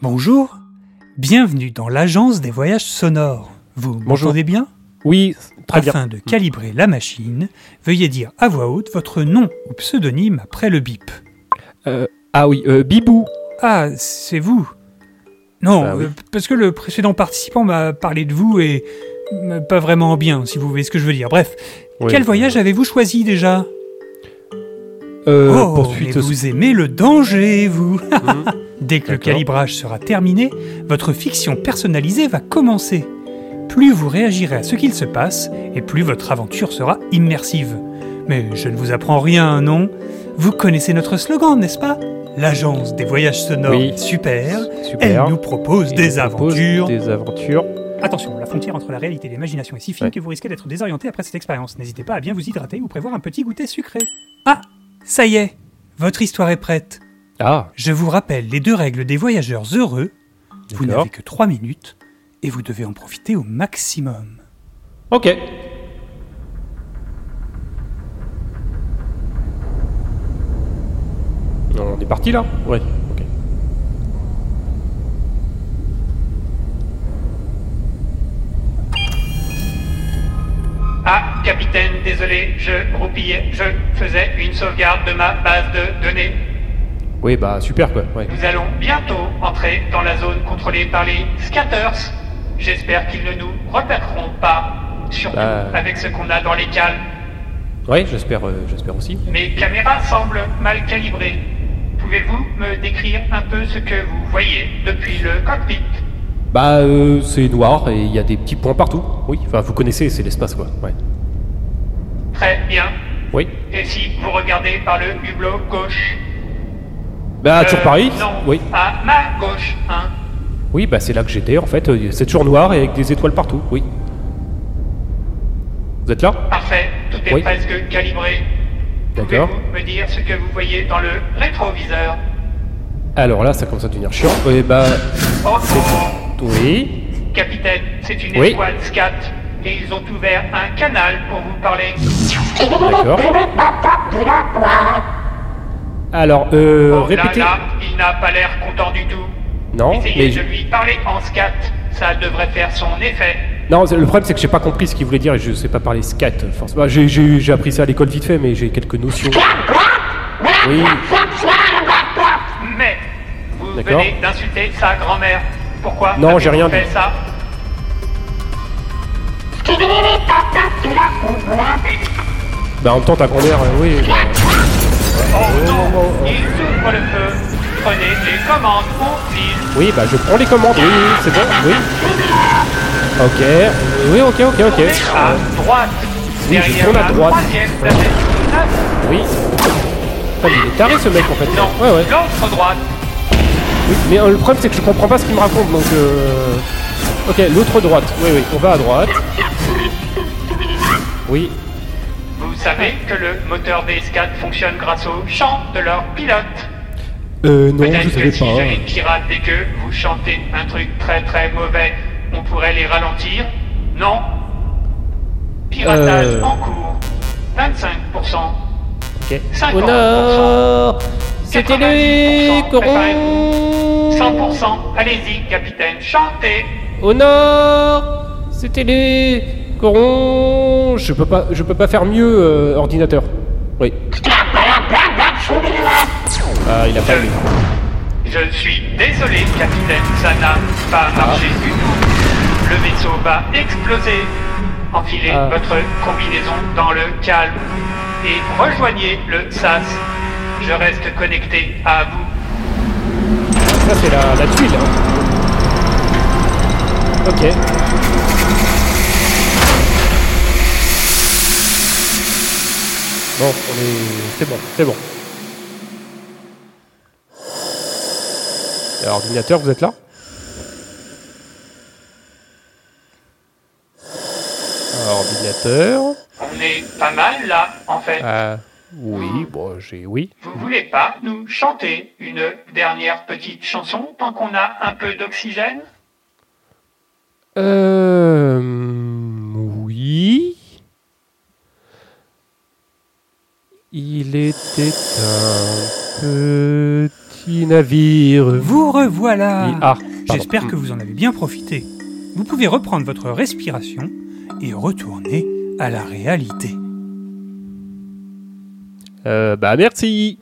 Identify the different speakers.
Speaker 1: Bonjour, bienvenue dans l'agence des voyages sonores. Vous
Speaker 2: Bonjour.
Speaker 1: m'entendez bien
Speaker 2: Oui, très bien. Mm.
Speaker 1: Afin de calibrer la machine, veuillez dire à voix haute votre nom ou pseudonyme après le bip.
Speaker 2: Euh, ah oui, euh, Bibou.
Speaker 1: Ah, c'est vous Non,
Speaker 2: Bah oui.
Speaker 1: euh, parce que le précédent participant m'a parlé de vous et euh, pas vraiment bien, si vous voyez ce que je veux dire. Bref, quel voyage avez-vous choisi déjà
Speaker 2: euh,
Speaker 1: Oh,
Speaker 2: poursuite
Speaker 1: mais vous aimez le danger, vous
Speaker 2: Mhm.
Speaker 1: Dès que le
Speaker 2: D'accord.
Speaker 1: calibrage sera terminé, votre fiction personnalisée va commencer. Plus vous réagirez à ce qu'il se passe, et plus votre aventure sera immersive. Mais je ne vous apprends rien, non Vous connaissez notre slogan, n'est-ce pas L'agence des voyages sonores
Speaker 2: Oui.
Speaker 1: est super,
Speaker 2: Super.
Speaker 1: elle nous propose
Speaker 2: Il
Speaker 1: des
Speaker 2: nous propose
Speaker 1: aventures.
Speaker 2: Des aventures.
Speaker 1: Attention, la frontière entre la réalité et l'imagination est si fine
Speaker 2: Ouais.
Speaker 1: que vous risquez d'être désorienté après cette expérience. N'hésitez pas à bien vous hydrater ou prévoir un petit goûter sucré. Ah, ça y est, votre histoire est prête.
Speaker 2: Ah,
Speaker 1: Je vous rappelle les deux règles des voyageurs heureux. Vous
Speaker 2: D'accord.
Speaker 1: n'avez que 3 minutes et vous devez en profiter au maximum.
Speaker 2: ok. On est parti là Oui, ok.
Speaker 3: Ah, capitaine, désolé, je roupillais, je faisais une sauvegarde de ma base de données.
Speaker 2: Oui, bah super quoi. Ouais.
Speaker 3: Nous allons bientôt entrer dans la zone contrôlée par les scatters. J'espère qu'ils ne nous repéreront pas, surtout
Speaker 2: Bah.
Speaker 3: avec ce qu'on a dans les cales.
Speaker 2: Ouais, j'espère, euh, j'espère aussi.
Speaker 3: Mes caméras semblent mal calibrées. Pouvez-vous me décrire un peu ce que vous voyez depuis le cockpit
Speaker 2: Bah, euh, c'est noir et il y a des petits points partout. Oui, enfin, vous connaissez, c'est l'espace quoi. Ouais.
Speaker 3: Très bien.
Speaker 2: Oui.
Speaker 3: Et si vous regardez par le hublot gauche
Speaker 2: Bah,
Speaker 3: Euh,
Speaker 2: toujours pareil.
Speaker 3: Non,
Speaker 2: Oui.
Speaker 3: à ma gauche, hein.
Speaker 2: Oui, bah c'est là que j'étais en fait. Euh, C'est toujours noir et avec des étoiles partout. Oui. Vous êtes là
Speaker 3: Parfait, tout est
Speaker 2: Oui.
Speaker 3: presque calibré.
Speaker 2: D'accord.
Speaker 3: Pouvez-vous me dire ce que vous voyez dans le rétroviseur
Speaker 2: Alors là, ça commence à devenir chiant. Oui, bah.
Speaker 3: Oh,
Speaker 2: Oui.
Speaker 3: oh, capitaine, c'est une
Speaker 2: Oui.
Speaker 3: étoile SCAT et ils ont ouvert un canal pour vous parler.
Speaker 2: D'accord. Alors, euh.
Speaker 3: Oh là
Speaker 2: répétez.
Speaker 3: là, il n'a pas l'air content du tout.
Speaker 2: Non,
Speaker 3: Essayez
Speaker 2: Oh, mais
Speaker 3: de
Speaker 2: je-
Speaker 3: lui parler en SCAT, ça devrait faire son effet.
Speaker 2: Non, c'est- le problème c'est que j'ai pas compris ce qu'il voulait dire et je sais pas parler scat. Forcément, Bah, j'ai, j'ai- j'ai appris ça à l'école vite fait, mais j'ai quelques notions. Oui.
Speaker 3: Mais vous
Speaker 2: D'accord.
Speaker 3: venez d'insulter sa grand-mère. Pourquoi
Speaker 2: Non, j'ai
Speaker 3: avez-vous
Speaker 2: rien
Speaker 3: fait
Speaker 2: dit.
Speaker 3: ça
Speaker 2: Bah en même temps, ta grand-mère, euh, oui. bah,
Speaker 3: Oh non, ils ouvrent le feu. Prenez les commandes, on file.
Speaker 2: Oui, bah je prends les commandes. Oui, oui, c'est bon. Oui. Ok. Oui, ok, ok, ok.
Speaker 3: à droite.
Speaker 2: Oui, je
Speaker 3: Derrière
Speaker 2: tourne à
Speaker 3: la
Speaker 2: droite.
Speaker 3: troisième, la tête neuf.
Speaker 2: Oui. Putain, mais il est taré ce mec en fait.
Speaker 3: Non,
Speaker 2: Ouais, ouais.
Speaker 3: l'autre droite.
Speaker 2: Oui, mais euh, le problème c'est que je comprends pas ce qu'il me raconte donc. Euh... Ok, l'autre droite. Oui, oui, on va à droite. Oui.
Speaker 3: Vous savez que le moteur des SCAD fonctionne grâce au chant de leur pilote.
Speaker 2: Euh, non, je
Speaker 3: Peut-être que
Speaker 2: savais
Speaker 3: si
Speaker 2: pas.
Speaker 3: les pirates et que vous chantez un truc très très mauvais, on pourrait les ralentir. Non. Piratage
Speaker 2: Euh.
Speaker 3: en cours. 25%.
Speaker 2: Ok.
Speaker 3: 50%.
Speaker 2: Au nord C'était les
Speaker 3: 90%,
Speaker 2: corons
Speaker 3: 100%. Allez-y, capitaine, chantez.
Speaker 2: Au nord C'était les corons Je peux pas, je peux pas faire mieux, euh, ordinateur. Oui. Ah, il a pas aimé.
Speaker 3: Je suis désolé, capitaine, ça n'a pas marché du tout. Le vaisseau va exploser. Enfilez
Speaker 2: Ah.
Speaker 3: votre combinaison dans le calme et rejoignez le SAS. Je reste connecté à vous.
Speaker 2: Ça, c'est la, la tuile. hein. Ok. Bon, on est. C'est bon, c'est bon. Alors, ordinateur, vous êtes là Alors, Ordinateur.
Speaker 3: On est pas mal là, en fait.
Speaker 2: Euh, oui, bon, j'ai. Oui.
Speaker 3: Vous voulez pas nous chanter une dernière petite chanson tant qu'on a un peu d'oxygène
Speaker 2: Euh. Oui. Il était un Petit navire.
Speaker 1: Vous revoilà
Speaker 2: Oui, Ah, pardon.
Speaker 1: J'espère que vous en avez bien profité. Vous pouvez reprendre votre respiration et retourner à la réalité.
Speaker 2: Euh, bah merci.